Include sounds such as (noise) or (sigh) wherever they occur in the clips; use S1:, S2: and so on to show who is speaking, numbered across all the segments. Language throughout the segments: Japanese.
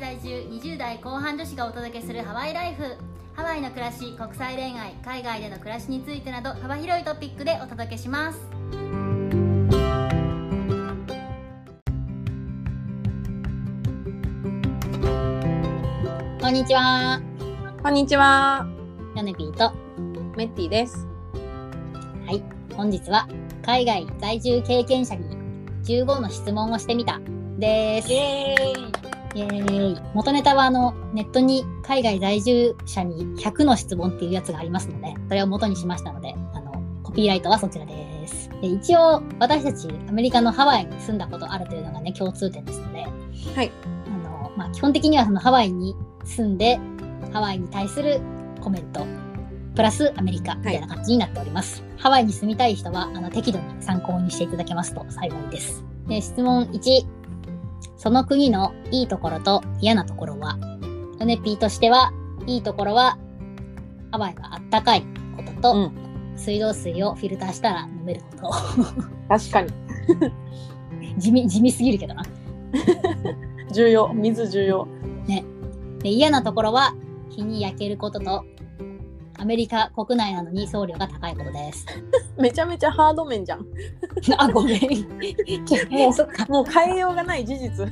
S1: 20代後半女子がお届けするハワイライフハワイの暮らし国際恋愛海外での暮らしについてなど幅広いトピックでお届けしますこんにちは
S2: こんにちは、
S1: ヨネピーと
S2: メッティです。
S1: 本日は海外在住経験者に15の質問をしてみたです
S2: エーイ。
S1: イエーイ元ネタはあのネットに海外在住者に100の質問っていうやつがありますのでそれを元にしましたのであのコピーライトはそちらですで一応私たちアメリカのハワイに住んだことあるというのがね共通点ですので、
S2: はい
S1: あのまあ、基本的にはそのハワイに住んでハワイに対するコメントプラスアメリカみたいな感じになっております、ハワイに住みたい人はあの適度に参考にしていただけますと幸いですで質問1その国のいいところと嫌なところは、ヨネピーとしては、いいところは、ハワイがあったかいことと、
S2: うん
S1: 水道水をフィルターしたら飲めること。 (laughs)
S2: 確かに
S1: 地味、地味すぎるけどな。
S2: 重要、水重要。
S1: で嫌なところは、日に焼けることと、アメリカ国内なのに送料が高いことです。
S2: めちゃめちゃハード面じゃん。
S1: (laughs) あ、ご (laughs) めん。
S2: もう
S1: そっか。
S2: もう変えようがない事実。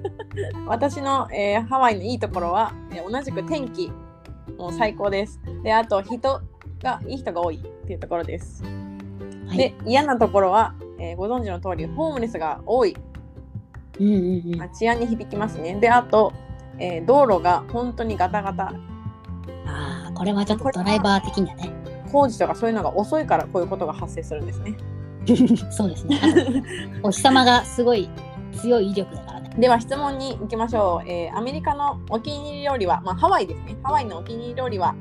S2: (laughs) 私の、えーハワイのいいところは、えー同じく天気もう最高です。で、あと人がいい人が多いっていうところです。
S1: はい
S2: で、嫌なところは、えーご存知の通りホームレスが多い。
S1: うんうんうん。
S2: まあ治安に響きますね。で、あと、えー道路が本当にガタガタ
S1: ああ、これはちょっとドライバー的にはね。
S2: 工事とかそういうのが遅いからこういうことが発生するんですね。
S1: そうですね。あとお日様がすごい強い威力だからね。
S2: では質問に行きましょう、えーアメリカのお気に入り料理は、まあ、ハワイですねハワイのお気に入り料理は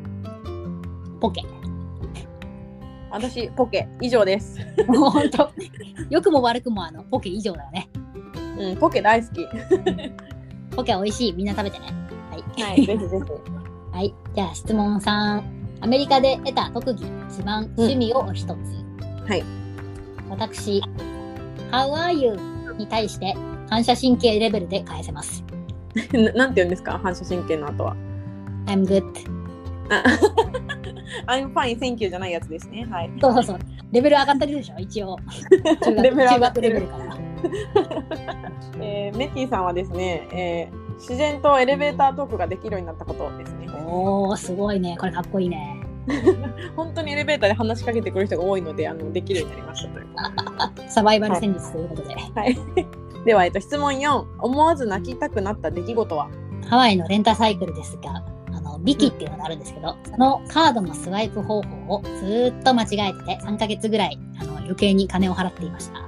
S1: ポケ。
S2: 私ポケ以上 (laughs) です、
S1: もう本当 (laughs) 良くも悪くもあのポケ以上だよね
S2: うん、ポケ大好きは
S1: ポケは美味しいみんな食べてねはい、
S2: い (laughs) ぜひぜ
S1: (laughs) はい、じゃあ質問さんアメリカで得た特技自慢趣味をお一つ、
S2: はい
S1: 私「How are you?」に対して反射神経レベルで返せます
S2: ひななんて言うんですか反射神経の後は
S1: I'm good
S2: I'm fine thank you じゃないやつですねはい
S1: そうそうそうレベル上がってるでしょ
S2: (laughs)
S1: 一応中学
S2: レベル上がってる
S1: 中学レベルから
S2: えーメッティさんはですね、えー自然とエレベータートークができるようになったことですね
S1: おおすごいねこれかっこいいね (laughs)
S2: 本当にエレベーターで話しかけてくる人が多いのであのできるようになりましたという
S1: サバイバル戦術ということで、
S2: はい、では、えっと、質問4思わず泣きたくなった出来事は
S1: ハワイのレンタサイクルですが、あの、ビキっていうのがあるんですけど、そのカードのスワイプ方法をずーっと間違えてて、3ヶ月ぐらい、あの、余計に金を払っていました。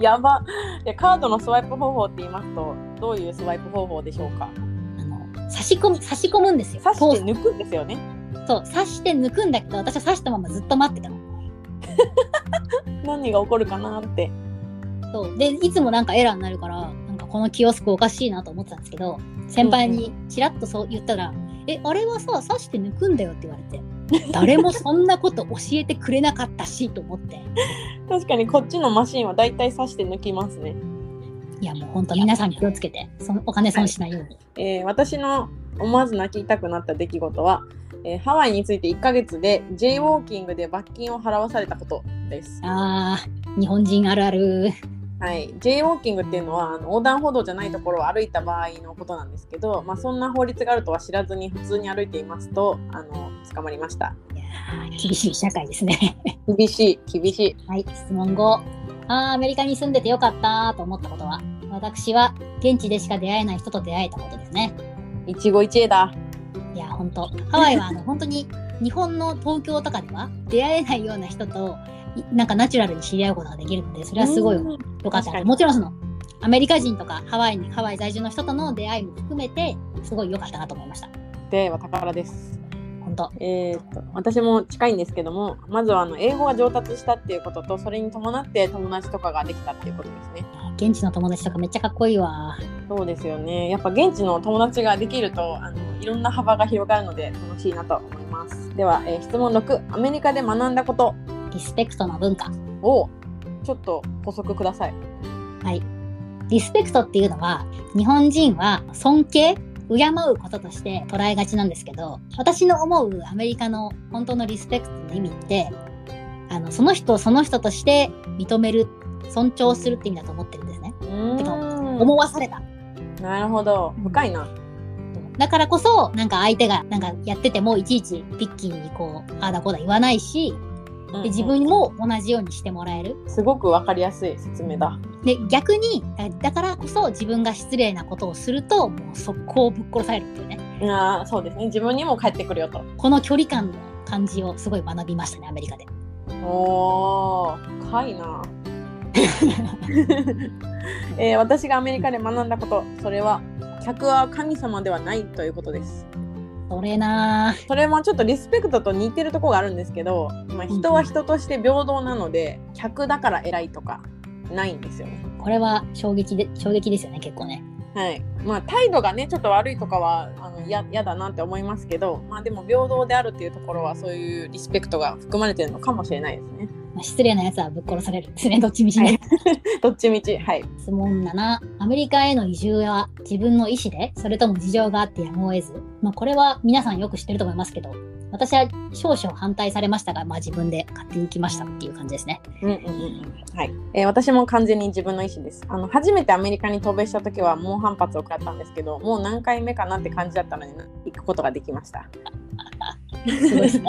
S2: やばいやカードのスワイプ方法って言いますとどういうスワイプ方法でしょうか
S1: あの、差し込む、差し込むんですよ。
S2: 刺
S1: ポー
S2: して抜くんですよね
S1: ズそう、差して抜くんだけど、私は差したままずっと待ってたの。
S2: 何が起こるかなって
S1: そう。で、いつもなんかエラーになるから、なんかこのキオスクおかしいなと思ってたんですけど、先輩にチラッとそう言ったら、え、あれはさ、差して抜くんだよって言われて、誰もそんなこと教えてくれなかったし、と思って。
S2: 確かにこっちのマシンはだいたい刺して抜きますね、
S1: いやもう本当皆さん気をつけて、そのお金損しないように。
S2: えー私の思わず泣きたくなった出来事は、えーハワイについて1ヶ月で J ウォーキングで罰金を払わされたことです、
S1: ああ、日本人あるある。
S2: はい、J ウォーキングっていうのはあの横断歩道じゃないところを歩いた場合のことなんですけど、まあ、そんな法律があるとは知らずに普通に歩いていますとあの捕まりました
S1: いやー厳しい社会で
S2: (laughs)
S1: すね。
S2: 厳しい厳しい
S1: はい、質問5。ああ、アメリカに住んでてよかったと思ったことは、私は現地でしか出会えない人と出会えたことですね。
S2: 一期一会だ。
S1: いやー、本当ハワイは
S2: (laughs)
S1: あの本当に日本の東京とかでは出会えないような人と、いなんかナチュラルに知り合うことができるので、それはすごい
S2: うん
S1: よかった
S2: 確
S1: な
S2: かに
S1: もちろんその、アメリカ人とかハワイに、ハワイ在住の人との出会いも含めて、すごい良かったなと思いました。
S2: 出会いは宝です。
S1: 本当
S2: えーっと私も近いんですけども、まずはあの英語が上達したっていうことと、それに伴って友達とかができたっていうことですね。
S1: 現地の友達とかめっちゃかっこいいわ。
S2: そうですよね。やっぱ現地の友達ができると、あのいろんな幅が広がるので楽しいなと思います。では、えー質問6、アメリカで学んだこと
S1: リスペクトの文化。
S2: をちょっと補足ください。
S1: はい。リスペクトっていうのは日本人は尊敬敬うこととして捉えがちなんですけど私の思うアメリカの本当のリスペクトの意味ってあのその人をその人として認める尊重するって意味だと思ってるんですね。
S2: う
S1: てか
S2: ーん
S1: 思わされた
S2: なるほど深いな
S1: だからこそなんか相手がなんかやっててもいちいちピッキーにこうああだこうだ言わないし
S2: うんうん
S1: で自分も同じようにしてもらえる
S2: すごくわかりやすい説明だ
S1: で逆にだからこそ自分が失礼なことをするともう速攻ぶっ殺されるっていうね
S2: あーそうですね自分にも返ってくるよと
S1: この距離感の感じをすごい学びましたねアメリカで。
S2: おー深いな (laughs) えー私がアメリカで学んだことそれは客は神様ではないということです
S1: それな
S2: それもちょっとリスペクトと似てるところがあるんですけど、まあ、人は人として平等なので客だから偉いとかないんですよね
S1: ーこれは衝撃で衝撃ですよね結構ね。
S2: はいまあ態度がねちょっと悪いとかはあのややだなって思いますけどまあでも平等であるっていうところはそういうリスペクトが含まれてるのかもしれないですね (laughs)
S1: まあ、失礼なやつはぶっ殺されるんですねどっちみち
S2: は
S1: ね
S2: い。どっちみちはい
S1: 質問だなアメリカへの移住は自分の意思でそれとも事情があってやむを得ず、まあ、これは皆さんよく知ってると思いますけど私は少々反対されましたが、まあ、自分で勝手に来ましたっていう感じですね
S2: うんうんうんうんはい、えー私も完全に自分の意思ですあの初めてアメリカに渡米した時は猛反発を食らったんですけどもう何回目かなって感じだったのに行くことができました
S1: すごいです
S2: (laughs)
S1: ね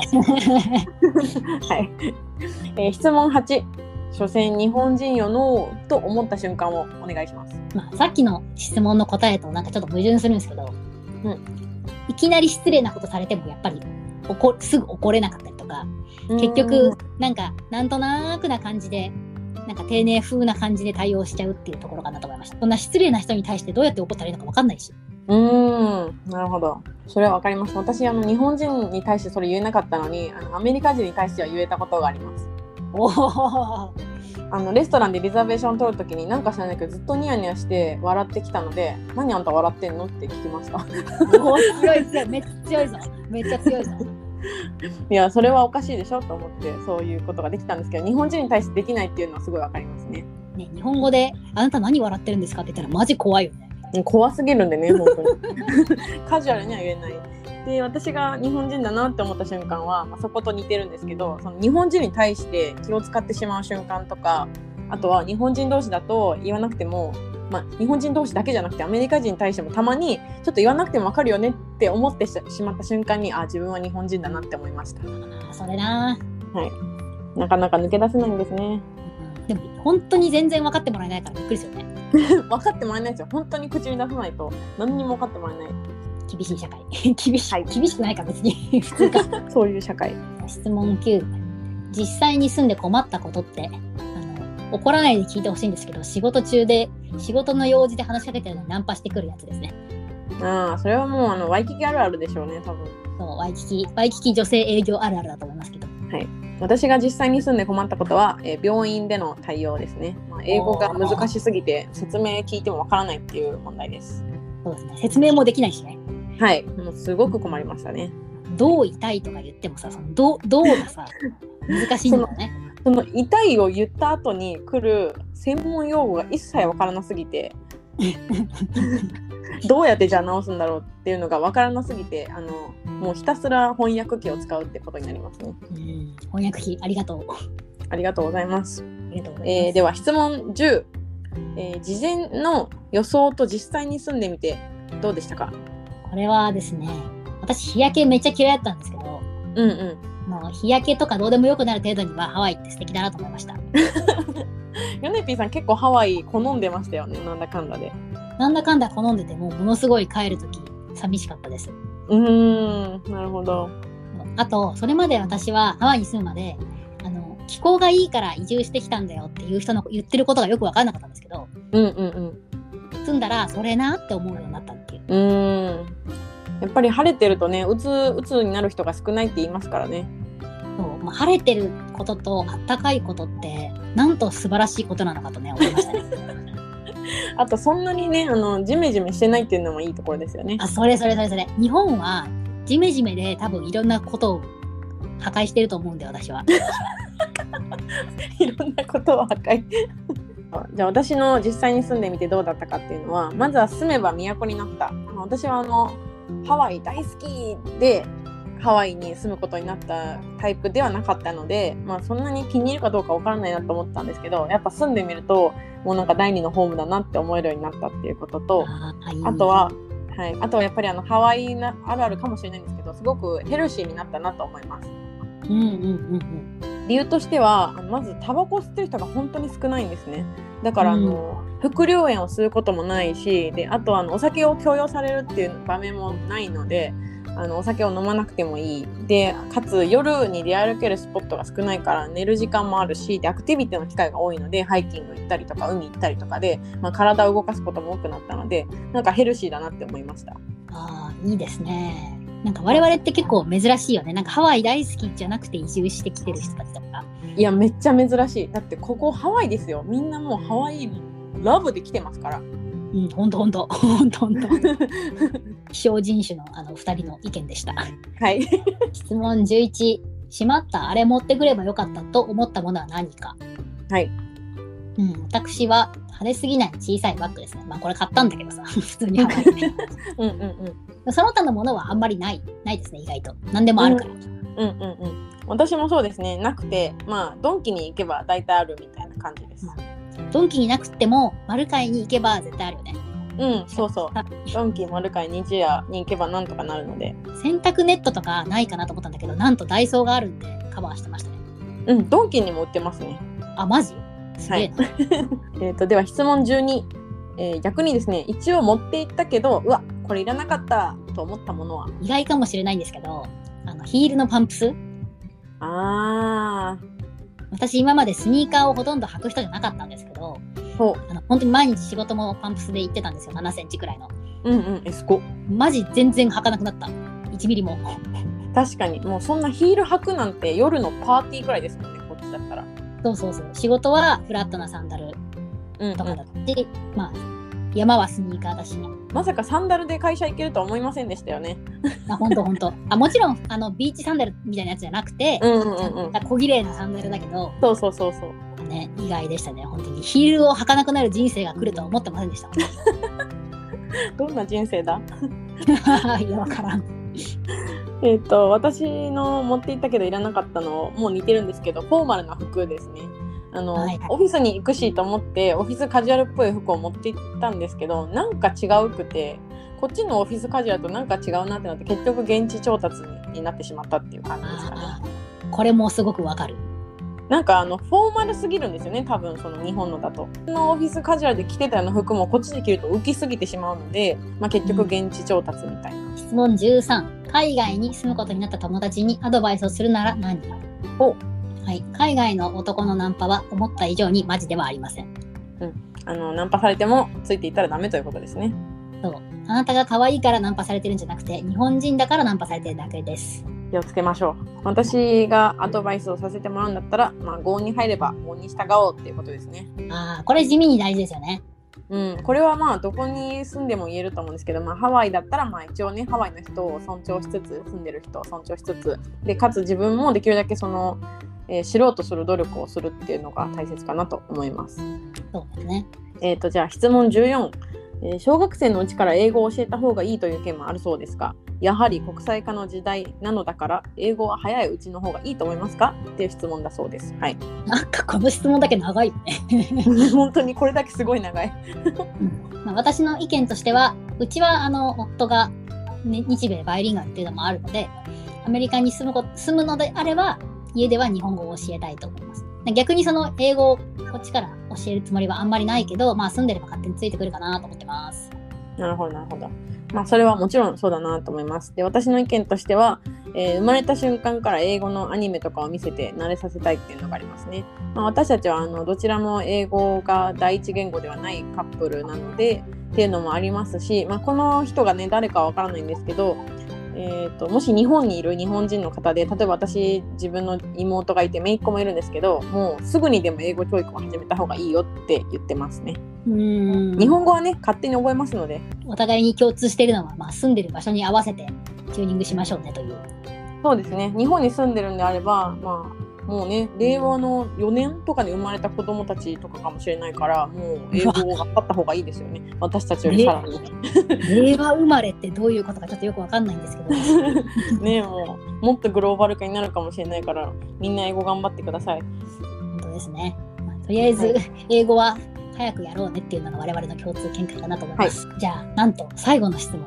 S2: はい、 (laughs) えー質問8所詮日本人よのうと思った瞬間をお願いします
S1: まあさっきの質問の答えとなんかちょっと矛盾するんですけど、
S2: うん
S1: いきなり失礼なことされてもやっぱり怒すぐ怒れなかったりとか結
S2: う
S1: 局
S2: ん
S1: なんかなんとなくな感じでなんか丁寧風な感じで対応しちゃうっていうところかなと思いましたそんな失礼な人に対してどうやって怒ったらいいのか分かんないし
S2: うーんなるほどそれはわかります私あの日本人に対してそれ言えなかったのにあのアメリカ人に対しては言えたことがあります
S1: おお
S2: あのレストランでリザーベーション取るときになんか知らないけどずっとニヤニヤして笑ってきたので「何あんた笑ってんの?」って聞きました (laughs)
S1: 強い強いめっちゃ強いぞめっちゃ強いぞ
S2: いやそれはおかしいでしょと思ってそういうことができたんですけど日本人に対してできないっていうのはすごいわかりますね
S1: ね日本語で「あなた何笑ってるんですか?」って言ったらマジ怖いよね
S2: もう怖すぎるんで (laughs) ね本当にカジュアルには言えないで私が日本人だなって思った瞬間は、まあ、そこと似てるんですけどその日本人に対して気を使ってしまう瞬間とかあとは日本人同士だと言わなくても、まあ、日本人同士だけじゃなくてアメリカ人に対してもたまにちょっと言わなくても分かるよねって思ってししまった瞬間にあ自分は日本人だなって思いました
S1: あそれな
S2: なかなか抜け出せないんですね
S1: でも本当に全然分かってもらえないからびっくりするよね
S2: 分かってもらえないですよ本当に口に出さないと何にも分かってもらえない
S1: 厳しい社会 (laughs) 厳しい、
S2: はい
S1: 厳しくないか別に (laughs) 普通か
S2: そういう社会
S1: 質問9実際に住んで困ったことってあの怒らないで聞いてほしいんですけど仕事中で仕事の用事で話しかけてるのにナンパしてくるやつですね
S2: ああそれはもうあのワイキキあるあるでしょうね多分
S1: そうワイキキワイキキ女性営業あるあるだと思いますけど
S2: 私が実際に住んで困ったことは、えー病院での対応ですね、まあ、英語が難しすぎて説明聞いてもわからないっていう問題です
S1: そうですね説明もできないしね
S2: はいもうすごく困りましたね
S1: どう痛いとか言ってもさそのどうどうがさ (laughs) 難しいんだよね。
S2: その痛いを言った後に来る専門用語が一切わからなすぎてどうやってじゃあ直すんだろうっていうのがわからなすぎてあのもうひたすら翻訳機を使うってことになりますね
S1: うん翻訳機ありがとう。あ
S2: ありがとうございます
S1: りがとうござい
S2: え
S1: ま
S2: ー
S1: す。
S2: では質問10、えー事前の予想と実際に住んでみてどうでしたか
S1: これはですね私日焼けめっちゃ嫌いだったんですけど
S2: うんうん
S1: もう日焼けとかどうでもよくなる程度にはハワイって素敵だなと思いました。
S2: ヨネピーさん結構ハワイ好んでましたよねなんだかんだで
S1: なんだかんだ好んでてもものすごい帰る時寂しかったです。
S2: うーんなるほど
S1: あとそれまで私はハワイに住むまであの気候がいいから移住してきたんだよっていう人の言ってることがよく分かんなかったんですけど
S2: うんうんうん
S1: 住んだらそれなって思うようになったっていう。
S2: うーんやっぱり晴れてるとねうつうつになる人が少ないって言いますからね
S1: そうまあ、晴れてることとあったかいことってなんと素晴らしいことなのかとね思いまし
S2: (laughs)
S1: たね
S2: あとそんなにねあのジメジメしてないっていうのもいいところですよね
S1: あそれそれそれそれ日本はジメジメで多分いろんなことを破壊してると思うんで私は
S2: いろんなことを破壊じゃあ私の実際に住んでみてどうだったかっていうのはまずは住めば都になったあの私はあのハワイ大好きでハワイに住むことになったタイプではなかったので、まあ、そんなに気に入るかどうかわからないなと思ったんですけどやっぱ住んでみるともうなんか第二のホームだなって思えるようになったっていうことと
S1: あーいいね
S2: あとは、はい、あとはやっぱりあのハワイなあるあるかもしれないんですけどすごくヘルシーになったなと思います。
S1: うんうんうん
S2: 理由としてはあのまずタバコ吸ってる人が本当に少ないんですねだから、
S1: うん
S2: あの副流煙をすることもないしであとあのお酒を強要されるっていう場面もないのであのお酒を飲まなくてもいいでかつ夜に出歩けるスポットが少ないから寝る時間もあるしでアクティビティの機会が多いのでハイキング行ったりとか海行ったりとかで、まあ、体を動かすことも多くなったのでなんかヘルシーだなって思いました。
S1: うんあーいいですねなんか我々って結構珍しいよねなんかハワイ大好きじゃなくて移住してきてる人たちとか
S2: いやめっちゃ珍しいだってここハワイですよみんなもうハワイラブで来てますから。
S1: うんほんとほんと (laughs) ほんとほんと希少人種のあの2人の意見でした
S2: はい。
S1: 質問11しまったあれ持ってくればよかったと思ったものは何か
S2: はい。
S1: うん私は派手すぎない小さいバッグですねまあこれ買ったんだけどさ (laughs) 普通にハワイで (laughs)
S2: うんうんうん。
S1: その他のものはあんまりないないですね意外と何でもあるから、
S2: うんうんうん。私もそうですね。なくて、まあ、ドンキに行けば大体あるみたいな感じです。
S1: ドンキになくってもマルカイに行けば絶対あるよね
S2: うん、そうそ
S1: あ
S2: う。ドンキ、マルカイ、ニジヤに行けばなんとかなるので。
S1: 洗濯ネットとかないかなと思ったんだけどなんとダイソーがあるんでカバーしてましたね
S2: うん、ドンキにも売ってますね。
S1: あマジすげえな、
S2: えっ、と、では質問12。えー逆にですね、一応持って行ったけど、うわ、これいらなかったと思ったものは。
S1: 意外かもしれないんですけどあのヒールのパンプス
S2: あ
S1: 私今までスニーカーをほとんど履く人じゃなかったんですけど
S2: ー。ほ
S1: あの本当に毎日仕事もパンプスで行ってたんですよ7センチくらいの
S2: う。うんうん、え、すごっ。
S1: マジ全然履かなくなった1ミリも
S2: 確かに、もうそんなヒール履くなんて夜のパーティーくらいですもんね、こっちだったら。
S1: そうそうそう仕事はフラットなサンダル
S2: うん、うん
S1: とかだったし、まあ山はスニーカーだし
S2: まさかサンダルで会社行けるとは思いませんでしたよね。
S1: あほんとほんとあもちろんあのビーチサンダルみたいなやつじゃなくて、
S2: うんうんうんうん。
S1: 小綺麗なサンダルだけど、
S2: そうそうそうそう。
S1: ね、意外でしたね本当にヒールを履かなくなる人生が来るとは思ってませんでした (laughs)
S2: どんな人生だ。
S1: いやわからん
S2: えっ、と私の持って行ったけどいらなかったのもう似てるんですけど、フォーマルな服ですね。あの、
S1: はいはい
S2: オフィスに行くしと思ってオフィスカジュアルっぽい服を持って行ったんですけど、なんか違うくて、こっちのオフィスカジュアルとなんか違うなってなって結局現地調達になってしまったっていう感じですかね。
S1: あこれもすごくわかる
S2: なんかあのフォーマルすぎるんですよね多分その日本のだと。このオフィスカジュアルで着てたような服もこっちで着ると浮きすぎてしまうので、まあ、結局現地調達みたいな。
S1: 質問13海外に住むことになった友達にアドバイスをするなら何
S2: お
S1: はい、海外の男のナンパは思った以上にマジではありません
S2: あのナンパされてもついていったらダメということですね。
S1: そうあなたが可愛いからナンパされてるんじゃなくて日本人だからナンパされてるだけです
S2: 気をつけましょう。私がアドバイスをさせてもらうんだったら、まあ、合に入れば合に従おうっていうことですね。
S1: ああこれ地味に大事ですよね
S2: うん、これはまあどこに住んでも言えると思うんですけど、まあ、ハワイだったらまあ一応ねハワイの人を尊重しつつ住んでる人を尊重しつつでかつ自分もできるだけその、えー知ろうとする努力をするっていうのが大切かなと思います。
S1: そうですね
S2: えー、とじゃあ質問14、えー小学生のうちから英語を教えた方がいいという意見もあるそうですがやはり国際化の時代なのだから英語は早いうちの方がいいと思いますかっていう質問だそうです。はい、
S1: なんかこの質問だけ長いよね (laughs)
S2: 本当にこれだけすごい長い。
S1: まあ、私の意見としてはうちはあの夫が、ね、日米バイリンガルっていうのもあるのでアメリカに住むこ住むのであれば家では日本語を教えたいと思います逆にその英語をこっちから教えるつもりはあんまりないけど、まあ、住んでれば勝手についてくるかなと思ってます
S2: なるほどなるほど。まあそれはもちろんそうだなと思います。で私の意見としては、えー生まれた瞬間から英語のアニメとかを見せて慣れさせたいっていうのがありますね。まあ、私たちはあのどちらも英語が第一言語ではないカップルなのでっていうのもありますし、まあ、この人がね誰かはわからないんですけど。えー、ともし日本にいる日本人の方で例えば私自分の妹がいて姪っ子もいるんですけどもうすぐにでも英語教育を始めた方がいいよって言ってますね
S1: うん
S2: 日本語はね勝手に覚えますので
S1: お互いに共通しているのは、まあ、住んでる場所に合わせてチューニングしましょうねという
S2: そうですね日本に住んでるんであれば、まあ、もうね令和の4年とかに生まれた子供たちとかかもしれないからもう英語が分かった方がいいですよ (laughs) ね私たちよりさらに。
S1: 令和生まれってどういうことかちょっとよくわかんないんですけど
S2: ねもうもっとグローバル化になるかもしれないからみんな英語頑張ってください。
S1: 本当ですね、まあとりあえず、
S2: は
S1: 英語は早くやろうねっていうのが我々の共通見解かなと思います、じゃあなんと最後の質問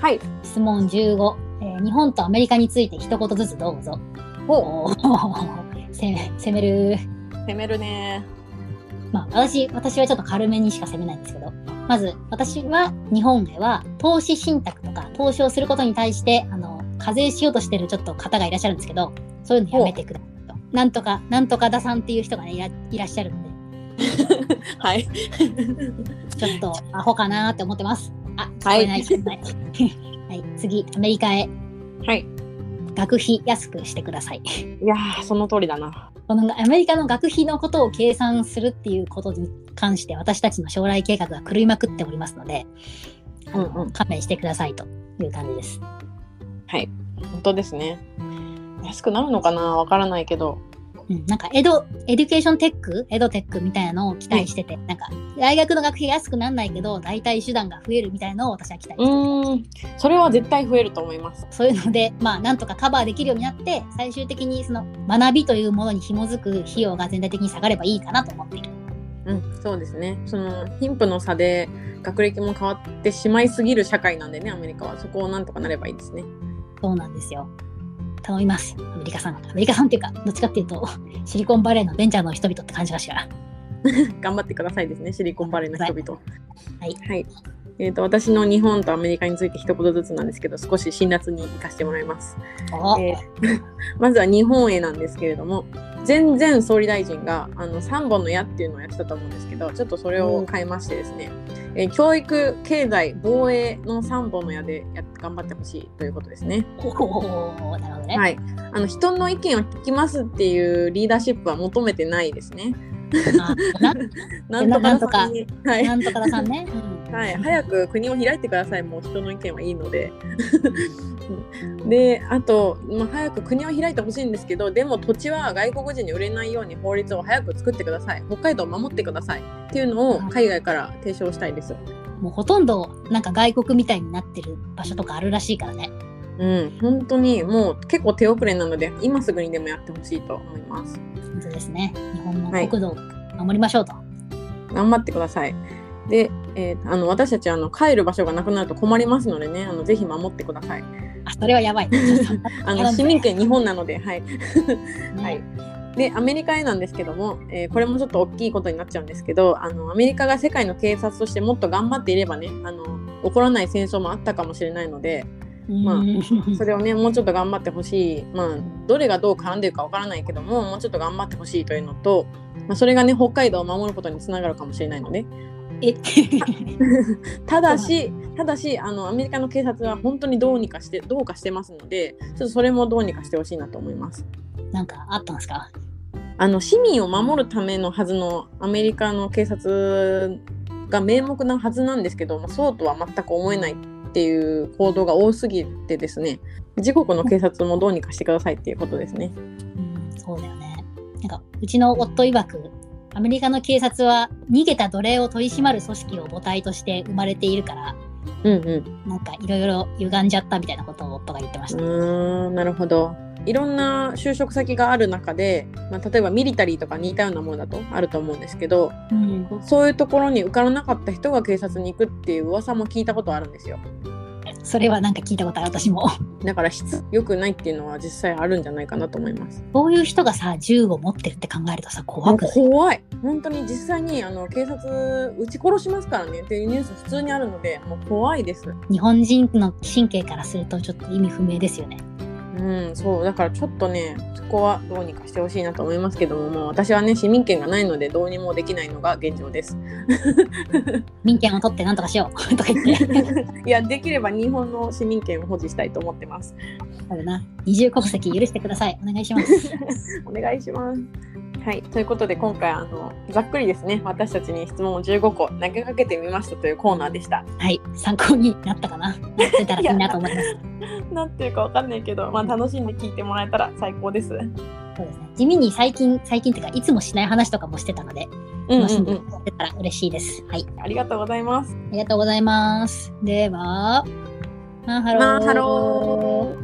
S2: はい
S1: 質問15、えー日本とアメリカについて一言ずつどうぞ
S2: お
S1: おー攻め攻める
S2: 攻めるね
S1: まあ私私はちょっと軽めにしか攻めないんですけどまず私は日本では投資信託とか投資をすることに対してあの課税しようとしてるちょっと方がいらっしゃるんですけどそういうのやめてくださいとなんとかなんとかださんっていう人がねいらいらっしゃるので
S2: はい
S1: ちょっとアホかなーって思ってます。あ、聞こ
S2: はい
S1: えない、聞こえない。 (laughs) はい、次、アメリカへ
S2: はい
S1: 学費安くしてください。
S2: いやーその通りだな
S1: このアメリカの学費のことを計算するっていうことに関して私たちの将来計画が狂いまくっておりますので、あの
S2: うんうん
S1: 勘弁してくださいという感じです。
S2: はい本当ですね安くなるのかなわからないけど
S1: うん、なんかエド、エデュケーションテックエドテックみたいなのを期待してて、なんか大学の学費安くなんないけど、代替手段が増えるみたいなのを私は期待して
S2: う
S1: ます。
S2: ーんそれは絶対増えると思います
S1: そういうので、 (laughs) まあ、なんとかカバーできるようになって、最終的にその学びというものに紐づく費用が全体的に下がればいいかなと思っている。
S2: うんそうですねその貧富の差で学歴も変わってしまいすぎる社会なんでねアメリカはそこをなんとかなればいいですね
S1: そうなんですよ。頼みます。アメリカさん。アメリカさんっていうか、どっちかっていうと、シリコンバレーのベンチャーの人々って感じかしら。
S2: 頑張ってくださいですねシリコンバレーの人々
S1: はい、
S2: はいえー、と私の日本とアメリカについて一言ずつなんですけど少し辛辣に行かせてもらいます、
S1: お
S2: えー (laughs) まずは日本へなんですけれども全然総理大臣があの3本の矢っていうのをやってたと思うんですけどちょっとそれを変えましてですね、えー教育経済防衛の3本の矢でやっ頑張ってほしいということですね
S1: おおなるほどね。
S2: はい、あの人の意見を聞きますっていうリーダーシップは求めてないですね。
S1: あ
S2: (laughs)
S1: な
S2: なんとかさんにはい
S1: なんとかださんね。う
S2: (laughs)
S1: ん
S2: はい、早く国を開いてください、もう人の意見はいいの (laughs) で。うんで、あと、まあ、早く国を開いてほしいんですけど、でも土地は外国人に売れないように法律を早く作ってください、北海道を守ってくださいっていうのを海外から提唱したいです。
S1: もうほとんど、なんか外国みたいになってる場所とかあるらしいからね。
S2: うん、本当にもう結構手遅れなので、今すぐにでもやってほしいと思います。
S1: 本当ですね。日本の国土を守りましょうと。
S2: 頑張ってください。で、えーあの私たちあの帰る場所がなくなると困りますのでね、あのぜひ守ってください。
S1: あ、それは
S2: (laughs)
S1: やばい。ちょっとね
S2: あの市民権日本なので、はい。はい、でアメリカへなんですけども、えーこれもちょっと大きいことになっちゃうんですけどあのアメリカが世界の警察としてもっと頑張っていればねあの起こらない戦争もあったかもしれないので
S1: うん
S2: まあそれをねもうちょっと頑張ってほしい、まあ、どれがどう絡んでるかわからないけどももうちょっと頑張ってほしいというのと、まあ、それがね北海道を守ることにつながるかもしれないので
S1: え (laughs)
S2: ただしただしあのアメリカの警察は本当にどうにかしてどうかしてますのでちょっとそれもどうにかしてほしいなと思います。
S1: なんかあったんですか
S2: あの市民を守るためのはずのアメリカの警察が名目なはずなんですけど、まあ、そうとは全く思えないっていう行動が多すぎてですね自国の警察もどうにかしてくださいっていうことですね。
S1: うん、そうだよね。なんかうちの夫曰くアメリカの警察は逃げた奴隷を取り締まる組織を母体として生まれているから
S2: うんうん、
S1: なんかいろいろ歪んじゃったみたいなことを夫が言ってました。
S2: うーんなるほどいろんな就職先がある中で、まあ、例えばミリタリーとか似たようなものだとあると思うんですけど
S1: うん、
S2: そういうところに受からなかった人が警察に行くっていう噂も聞いたことあるんですよ。
S1: それはなんか聞いたことある私も。
S2: だから質良くないっていうのは実際あるんじゃないかなと思います。
S1: こういう人がさ銃を持ってるって考えるとさ怖くない
S2: 怖い本当に実際にあの警察撃ち殺しますからねっていうニュース普通にあるのでもう怖いです
S1: 日本人の神経からするとちょっと意味不明ですよね。
S2: うんそうだからちょっとねそこはどうにかしてほしいなと思いますけどももう私はね市民権がないのでどうにもできないのが現状です
S1: 民権を取ってなんとかしようとか言 (laughs) って。
S2: いやできれば日本の市民権を保持したいと思ってます
S1: そうだな二重国籍許してくださいお願いします。
S2: お願いしますはいということで今回あのざっくりですね私たちに質問を15個投げかけてみましたというコーナーでした
S1: はい参考になったかななってたらいいなと思います。
S2: なんていうかわかんないけど、まあ、楽しんで聞いてもらえたら最高です
S1: そうですね。地味に最近、最近っていうか、いつもしない話とかもしてたので、
S2: うん
S1: 楽しん
S2: う
S1: でい
S2: ん
S1: ただけたら嬉しいです。はい。
S2: うん、ありがとうございます。
S1: ありがとうございます。では、マンハロー。
S2: マンハロー